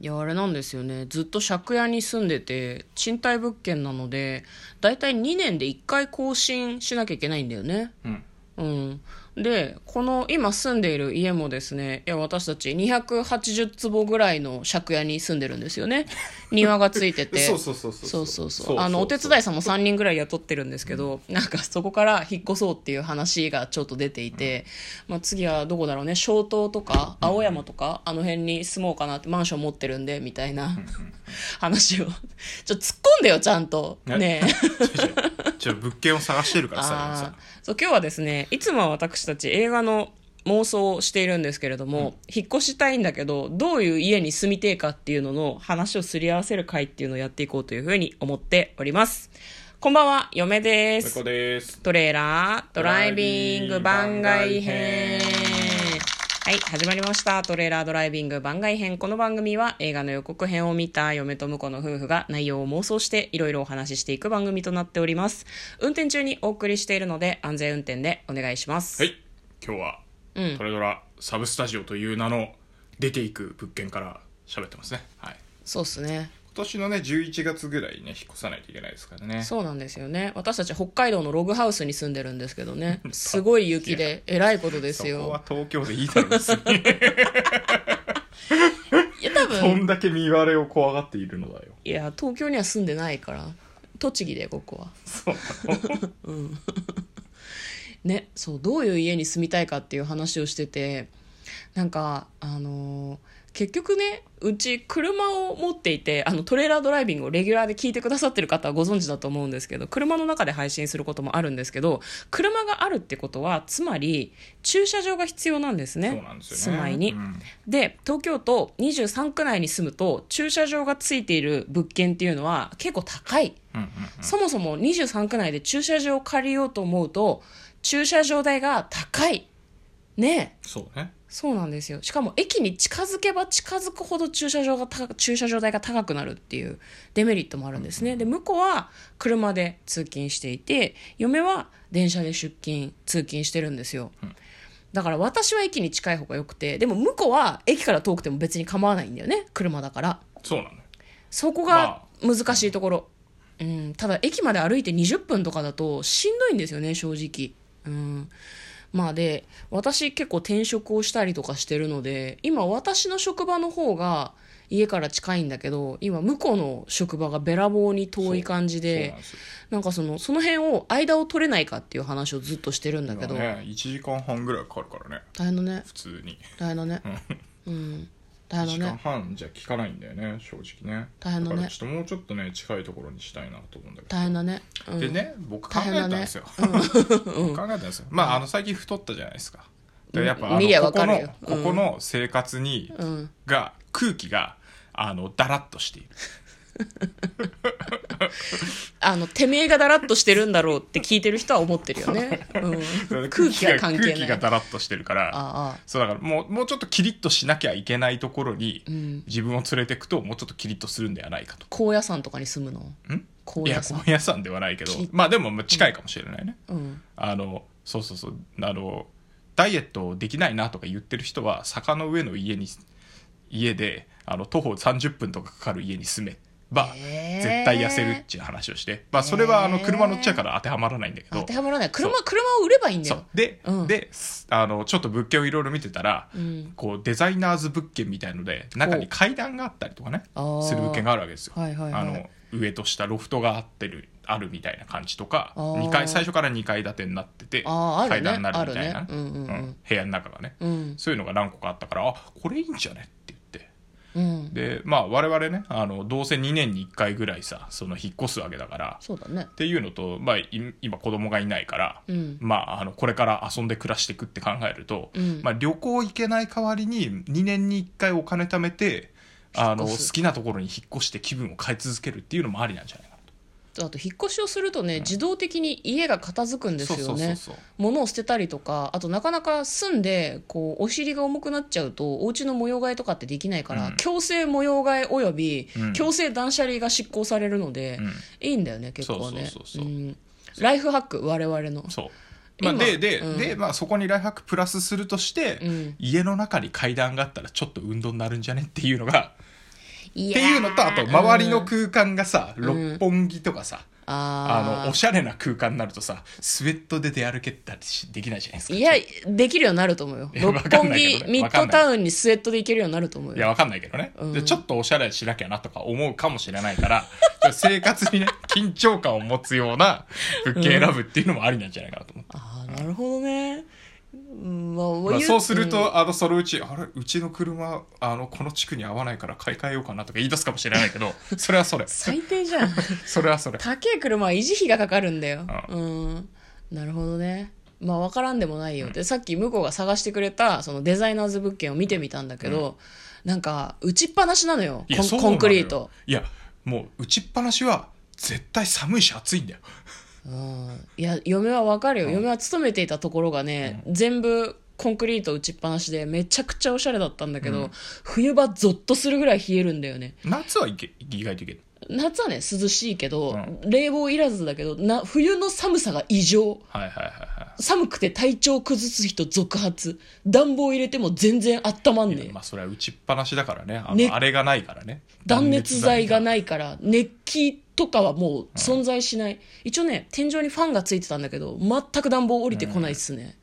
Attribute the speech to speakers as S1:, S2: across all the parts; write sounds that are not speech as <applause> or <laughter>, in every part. S1: いや、あれなんですよね。ずっと借家に住んでて、賃貸物件なので、だいたい2年で1回更新しなきゃいけないんだよね。
S2: うん
S1: うん。で、この今住んでいる家もですね、いや、私たち280坪ぐらいの借家に住んでるんですよね。庭がついてて。
S2: <laughs> そうそうそうそう
S1: そうそうそうあのお手伝いさんも3人ぐらい雇ってるんですけど、なんかそこから引っ越そうっていう話がちょっと出ていて、まあ、次はどこだろうね小東とか青山とか、あの辺に住もうかなってマンション持ってるんでみたいな話をちょっと突っ込んでよちゃんと
S2: え
S1: ねえ。
S2: じゃあ物件を探してるからさ今
S1: <laughs> あ
S2: さ
S1: あーそう今日はですねいつもは私たち映画の妄想をしているんですけれども、引っ越したいんだけどどういう家に住みてえかっていうのの話をすり合わせる会っていうのをやっていこうというふうに思っておりますこんばんは嫁で
S2: こ
S1: す
S2: こです
S1: トレーラードライビング番外編
S2: 番外編
S1: はい始まりましたトレーラードライビング番外編この番組は映画の予告編を見た嫁と婿の夫婦が内容を妄想していろいろお話ししていく番組となっております運転中にお送りしているので安全運転でお願いします
S2: はい今日は、トレドラサブスタジオという名の出ていく物件から喋ってますねはい
S1: そうっすね
S2: 今年のね11月ぐらいにね引っ越さないといけないですからね
S1: そうなんですよね私たち北海道のログハウスに住んでるんですけどねすごい雪でえらいことです
S2: そこ
S1: よ
S2: は東京でいいだろ別
S1: <laughs>
S2: に
S1: いや多
S2: こ
S1: 分
S2: んだけ身割れを怖がっているのだよ
S1: いや東京には住んでないから栃木でここは
S2: そう
S1: ね、そうどういう家に住みたいかっていう話をしててなんかあのー結局ねうち車を持っていてあのトレーラードライビングをレギュラーで聞いてくださってる方はご存知だと思うんですけど車の中で配信することもあるんですけど車があるってことはつまり駐車場が必要なんですね
S2: そうなんですよ
S1: 住
S2: ね
S1: まいに。
S2: うん
S1: で東京都23区内に住むと駐車場がついている物件っていうのは結構高い。
S2: うんうん
S1: そもそも23区内で駐車場を借りようと思うと、駐車場代が高い。ねえ。
S2: そうね
S1: そうなんですよ。しかも駅に近づけば近づくほど駐車場が高く、駐車場代が高くなるっていうデメリットもあるんですね。で、向こうは車で通勤していて、嫁は電車で出勤、通勤してるんですよ。だから私は駅に近い方が良くて、でも向こうは駅から遠くても別に構わないんだよね。車だから。
S2: そうなのよ
S1: そこが難しいところ、うん、ただ駅まで歩いて20分とかだとしんどいんですよね正直、うん、まあで私結構転職をしたりとかしてるので今私の職場の方が家から近いんだけど今向こうの職場がべらぼうに遠い感じ
S2: そう
S1: で
S2: なんですよ
S1: なんかそのその辺を間を取れないかっていう話をずっとしてるんだけど、
S2: 今ね1時間半ぐらいかかるからね
S1: 大変だね
S2: 普通に
S1: 大変だ
S2: <laughs>
S1: ねうん大
S2: 1
S1: 変
S2: 時
S1: だ
S2: 間
S1: ね
S2: 半じゃ聞かないんだよね正直ね
S1: 大変だね
S2: からちょっともうちょっとね近いところにしたいなと思うんだけど
S1: 大変だね、うん、
S2: でね僕考えたんですよ、 <laughs> 考えたんですよまああの最近太ったじゃないですかでやっぱあの
S1: 見りゃわ
S2: こ
S1: か
S2: こ
S1: る
S2: の
S1: よ
S2: ここの生活に、
S1: うん
S2: が空気があのだらっとしている
S1: あの、てめえがだらっとしてるんだろうって聞いてる人は思ってるよ
S2: <laughs>
S1: ね。うん、 <laughs> 空気が関係
S2: 空
S1: な
S2: 気
S1: い。
S2: が
S1: あ
S2: だらっとしてるから
S1: あ、
S2: そうだからもうもうちょっとキリッとしなきゃいけないところに、
S1: ん
S2: 自分を連れてくともうちょっとキリッとするんではないかと
S1: 高野山とかに住むの
S2: ん
S1: 高
S2: い
S1: 野
S2: や
S1: 山
S2: 本。屋さんではないけど
S1: キリッ
S2: まあでもまあ近いかもしれないね、
S1: うん。
S2: あのそうそうそうあのダイエットできないなとか言ってる人は坂の上の家に家であの徒歩30分とかかかる家に住めば、
S1: へー
S2: 絶対痩せるっていう話をして、まあ、それはあの
S1: へー
S2: 車乗っちゃうから当てはまらないんだけど
S1: 当てはまらない。車
S2: そ、
S1: 車を売ればいいんだ
S2: そ
S1: よ
S2: う。で,、
S1: うん
S2: ですあのちょっと物件をいろいろ見てたら、
S1: うん
S2: こうデザイナーズ物件みたいので中に階段があったりとかね
S1: あー
S2: する物件があるわけですよ、
S1: はいはいはい
S2: あの上と下ロフトがあってるあるみたいな感じとか
S1: あー
S2: 二階最初から2階建てになってて、
S1: あーあるね
S2: 階段になるみたいな、
S1: あるねうんうんうん
S2: 部屋の中がね、
S1: うん。
S2: そういうのが何個かあったからあこれいいんじゃねって言って
S1: うん。
S2: でまあ我々ねあのどうせ2年に1回ぐらいさその引っ越すわけだから
S1: そうだね
S2: っ。ていうのと、まあ、い今子供がいないから、
S1: うん
S2: まあ、あのこれから遊んで暮らしていくって考えると、
S1: うん
S2: まあ、旅行行けない代わりに2年に1回お金貯めてあの
S1: 引っ
S2: 好
S1: 越す
S2: きなところに引っ越して気分を変え続けるっていうのもありなんじゃないかなと
S1: あと、引っ越しをするとね、自動的に家が片付くんですよね。
S2: そうそうそうそう
S1: 物を捨てたりとかあとなかなか住んでこうお尻が重くなっちゃうとお家の模様替えとかってできないから、
S2: うん
S1: 強制模様替えおよび、
S2: うん
S1: 強制断捨離が執行されるので、
S2: うん
S1: いいんだよね結構ね
S2: そうそうそうそうん
S1: ライフハック我々の
S2: そう、まあ、
S1: 今
S2: でで,、
S1: うん
S2: でまあ、そこにライフハックプラスするとして、
S1: うん
S2: 家の中に階段があったらちょっと運動になるんじゃねっていうのが
S1: い
S2: っ
S1: や
S2: て
S1: ー
S2: いうのとあと周りの
S1: うん
S2: 空間がさ、六本木とかさ、
S1: あ
S2: あ
S1: ー
S2: のおしゃれな空間になるとさスウェットで出歩けたりしできないじゃないですか
S1: いや、できるようになると思うよ。
S2: いや
S1: 六
S2: わかん
S1: 本
S2: ないけ
S1: 木
S2: ど、ね
S1: ミッドタウンにスウェットで行けるようになると思う
S2: いや
S1: よ。
S2: わかんないけどね、
S1: うん
S2: でちょっとおしゃれしなきゃなとか思うかもしれないからちょっと生活
S1: <laughs>
S2: にね緊張感を持つような物件選ぶっていうのもありなんじゃないかなと思って、
S1: ああ、なるほどね。うんまあ
S2: まあ、そうする、
S1: お湯
S2: とあのそのうちあれうちの車あのこの地区に合わないから買い替えようかなとか言い出すかもしれない
S1: <laughs>
S2: けどそれはそれ
S1: 最低
S2: <laughs>
S1: じゃん。
S2: それはそれ
S1: 高え車は維持費がかかるんだよ。
S2: う
S1: うん。なるほどね。まあ分からんでもないよ。で、さっき向こうが探してくれた、そのデザイナーズ物件を見てみたんだけど、なんか、打ちっぱなしなのよ。
S2: いや
S1: コ
S2: そ
S1: ン
S2: う
S1: コ
S2: なのよ
S1: ンクリート。
S2: いやもう打ちっぱなしは絶対寒いし暑いんだよ
S1: うんいや嫁はわかるよ、
S2: うん
S1: 嫁は勤めていたところがね、全部コンクリート打ちっぱなしでめちゃくちゃおしゃれだったんだけど、
S2: うん
S1: 冬場ゾッとするぐらい冷えるんだよね
S2: 夏はいけ意外といける
S1: 夏はね涼しいけど、
S2: う
S1: 冷房いらずだけどな冬の寒さが異常
S2: はいはいはい
S1: 寒くて体調崩す人続発暖房入れても全然あったまん
S2: はい
S1: ね
S2: いや
S1: え
S2: まあそれは打ちっぱなしだからねあの
S1: ね
S2: あれがないからね
S1: 断熱材が
S2: い
S1: ないから熱気とかはもう存在しない、一応ね天井にファンがついてたんだけど全く暖房降りてこないっすね、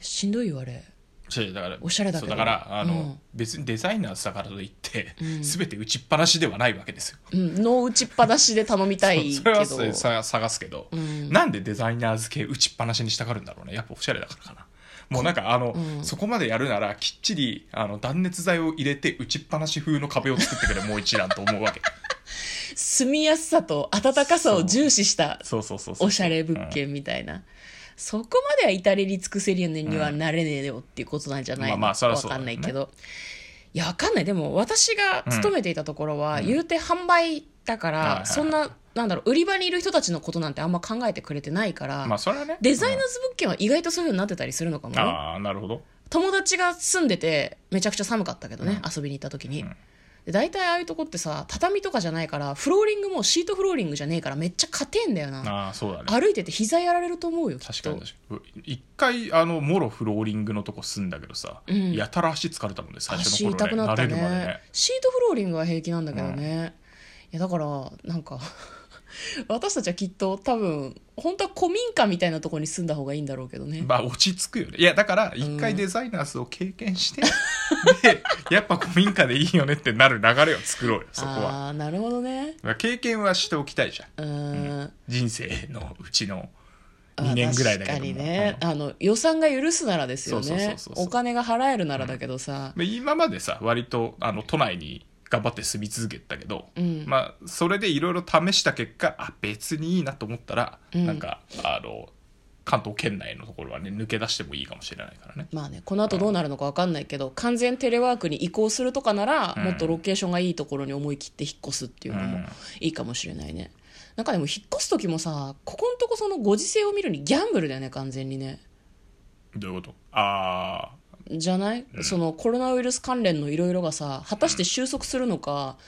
S1: しんどいよあれ
S2: そうだから
S1: おしゃれだけ
S2: そ
S1: ど
S2: うだからあの、
S1: うん
S2: 別にデザイナーだからといって、全て打ちっぱなしではないわけですよ、
S1: うん、の打ちっぱなしで頼みたいけ
S2: <laughs> それ
S1: ど
S2: はそうさ探すけど、なんでデザイナー付け打ちっぱなしにしたがるんだろうねやっぱおしゃれだからかなもうなんかあの、そこまでやるならきっちりあの断熱材を入れて打ちっぱなし風の壁を作ってくれもう一段と思うわけ
S1: 住みやすさと暖かさを重視した
S2: そうそうそうそう
S1: おしゃれ物件みたいな、そこまでは至れり尽くせりにはなれねえよっていうことなんじゃないの、
S2: まあまあそりゃそうだ
S1: わか
S2: よ
S1: ん
S2: ね
S1: ないけどいやわかんないでも私が勤めていたところは、言うて販売だから、
S2: はいはいはい
S1: そんななんだろう売り場にいる人たちのことなんてあんま考えてくれてないから、
S2: まあそれはね
S1: デザイナーズ物件は意外とそういうふうになってたりするのかもね、
S2: ああなるほど
S1: 友達が住んでてめちゃくちゃ寒かったけどね、遊びに行った時に、
S2: ん
S1: で大体ああいうとこってさ畳とかじゃないからフローリングもシートフローリングじゃねえからめっちゃ硬いんだよな
S2: ああそうだね
S1: 歩いてて膝やられると思うよきっ
S2: 確
S1: と
S2: かに確かに一回あのもろフローリングのとこ住んだけどさ、やたら足疲れたもんね最初
S1: 足
S2: の頃
S1: 痛く
S2: ね
S1: なった
S2: 慣れ
S1: ね
S2: るまでね
S1: シートフローリングは平気なんだけどね、いやだからなんか <laughs> 私たちはきっと多分本当は古民家みたいなとこに住んだ方がいいんだろうけどね、
S2: まあ落ち着くよねいやだから一回デザイナーズを経験して、で <laughs> やっぱ古民家でいいよねってなる流れを作ろうよそこは
S1: ああーなるほどね
S2: まあ経験はしておきたいじゃん
S1: うーん
S2: 人生のうちの
S1: あ
S2: 2年ぐらいだけど
S1: 確
S2: も
S1: かにね、あの予算が許すならですよ
S2: そうそうそう
S1: ね
S2: そうそう
S1: お金が払えるならだけどさ、
S2: で今までさ割とあの都内に頑張って住み続けてたけど、
S1: ん
S2: まあ、それでいろいろ試した結果あ別にいいなと思ったら、
S1: うん
S2: なんかあの関東圏内のところはね抜け出してもいいかもしれないからね
S1: まあねこの後どうなるのか分かんないけど完全テレワークに移行するとかなら、
S2: うん
S1: もっとロケーションがいいところに思い切って引っ越すっていうの
S2: う
S1: も
S2: ん
S1: いいかもしれないね、なんかでも引っ越す時もさここのとこそのご時世を見るにギャンブルだよね完全にね
S2: どういうことああ
S1: じゃない、そのコロナウイルス関連のいろいろがさ果たして収束するのか、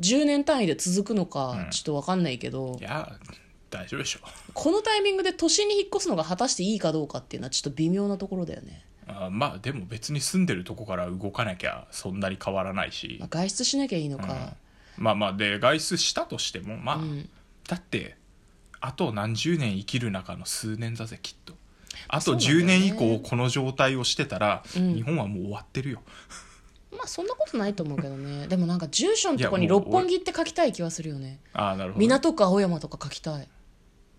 S1: 10年単位で続くのか、
S2: うん
S1: ちょっと分かんないけど
S2: いや大丈夫でしょ
S1: このタイミングで都心に引っ越すのが果たしていいかどうかっていうのはちょっと微妙なところだよね、
S2: あーまあでも別に住んでるとこから動かなきゃそんなに変わらないし
S1: まあ、外出しなきゃいいのか、
S2: まあまあで外出したとしてもまあ、
S1: ん
S2: だってあと何十年生きる中の数年だぜきっとあ
S1: そう
S2: と
S1: なんだよね
S2: 10年以降この状態をしてたら、
S1: うん
S2: 日本はもう終わってるよ
S1: まあそんなことないと思うけどね <laughs> でもなんか住所のとこに
S2: いやもう
S1: 六本木って書きたい気はするよね
S2: ああなるほど、
S1: 港区青山とか書きたい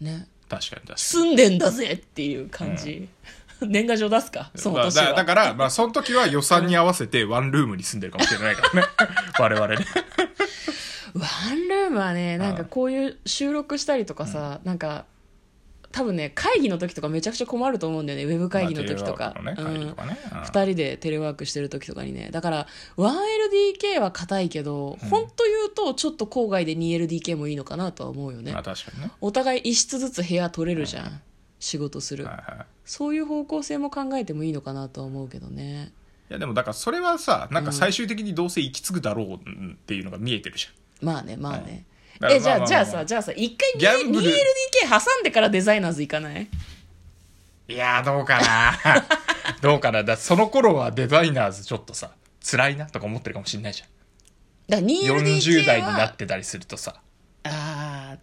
S1: ね
S2: 確かに確かに
S1: 住んでんだぜっていう感じ、 <laughs> 年賀状出すかその
S2: まあ
S1: 年は、
S2: だだから、まあ、その時は予算に合わせてワンルームに住んでるかもしれないから
S1: <laughs>
S2: ね我々ね
S1: ワンルームはねなんかこういう収録したりとかさ、なんか多分ね会議の時とかめちゃくちゃ困ると思うんだよねウェブ会議の時とか,、
S2: まあテレワークのね会議とかね、うん
S1: 2人でテレワークしてる時とかにねだから 1LDK は硬いけど、本当言うとちょっと郊外で 2LDK もいいのかなとは思うよね
S2: まあ確かにね
S1: お互い一室ずつ部屋取れるじゃん、仕事する、
S2: はいはい
S1: そういう方向性も考えてもいいのかなとは思うけどね
S2: いやでもだからそれはさなんか最終的にどうせ行き着くだろうっていうのが見えてるじ
S1: まあねまあね、
S2: はい
S1: えじゃあ、
S2: まあまあまあ
S1: じゃあさじゃあさ一回
S2: ギャンブル
S1: 2LDK 挟んでからデザイナーズ行かない
S2: ゃんいやーどうか <laughs> などうかなだその頃はデザイナーズちょっとさ辛いなとか思ってるかもしれないじゃん
S1: だから 2LDK
S2: 40代に
S1: は
S2: なってたりするとさ
S1: ああ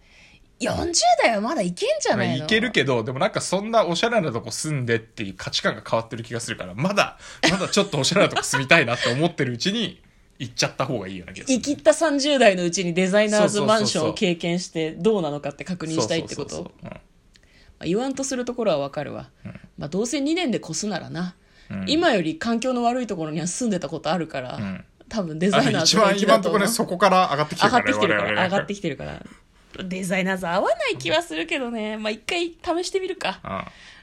S1: 40代はまだいけんじゃないの、
S2: いけるけどでもなんかそんなおしゃれなとこ住んでっていう価値観が変わってる気がするからまだまだちょっとおしゃれなとこ住みたいなって思ってるうちに行っちゃった方がいいような気がする
S1: 生きった30代のうちにデザイナーズマンション
S2: そうそうそうそ
S1: を
S2: う
S1: 経験してどうなのかって確認したいってこ
S2: そ
S1: と
S2: うそうそうそう
S1: まあ言わんとするところはわかるわ、まあ、どうせ2年で越すならな、
S2: うんうん
S1: 今より環境の悪いところには住んでたことあるから、
S2: うん
S1: 多分デザ
S2: あ
S1: イ
S2: の
S1: ナー
S2: 一
S1: ズの
S2: 番
S1: 域
S2: 今
S1: だ
S2: の
S1: と
S2: と
S1: 思う
S2: ころねそこから上がってきて
S1: 上が
S2: るか
S1: ってき
S2: ら
S1: てるから
S2: 我々
S1: 上がってきてるからデザイナーズ合わない気はするけどねまあ一回試してみるか、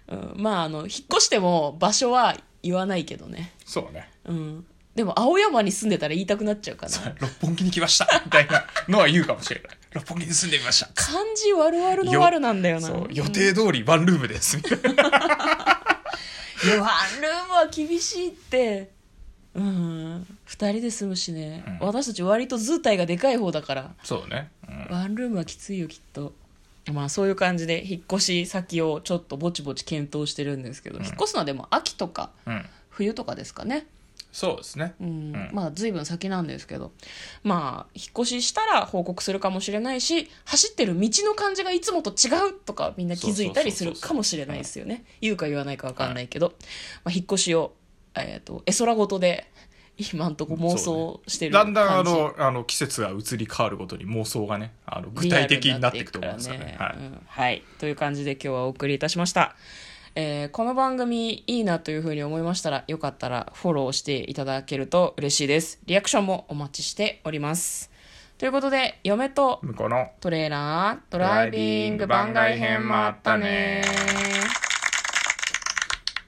S2: うん
S1: うん、まああの引っ越しても場所は言わないけどね
S2: そうね <laughs>
S1: うんでも青山に住んでたら言いたくなっちゃうかな
S2: 六本木に来ましたみたいなのは言うかもしれない六本木に住んでみました
S1: 漢字悪々の悪なんだよな
S2: そう予定通りワンルーム
S1: <laughs>
S2: ですみたいない
S1: やワンルームは厳しいってうん2人で住むしね、
S2: うん
S1: 私たち割と図体がでかい方だから
S2: そうねうん
S1: ワンルームはきついよきっとまあそういう感じで引っ越し先をちょっとぼちぼち検討してるんですけど、引っ越すのはでも秋とか
S2: うん
S1: 冬とかですかね
S2: そうですね
S1: うん、
S2: うん
S1: まあ随分先なんですけどまあ引っ越ししたら報告するかもしれないし走ってる道の感じがいつもと違うとかみんな気づいたりするかもしれないですよね言うか言わないか分かんないけど、まあ、引っ越しを、えー、と絵空ごとで今んとこ妄想してる
S2: だ
S1: 感
S2: ん
S1: じ、
S2: だんあのあの季節が移り変わるごとに妄想がねあの具体的になっていくと思うんですよね
S1: リアルになっていくからねう
S2: はい
S1: んはい。という感じで今日はお送りいたしました。えーこの番組いいなというふうに思いましたら、よかったらフォローしていただけると嬉しいです。リアクションもお待ちしております。ということで、嫁と
S2: 向こうの
S1: トレーラー、ドライビング番外編もあったねー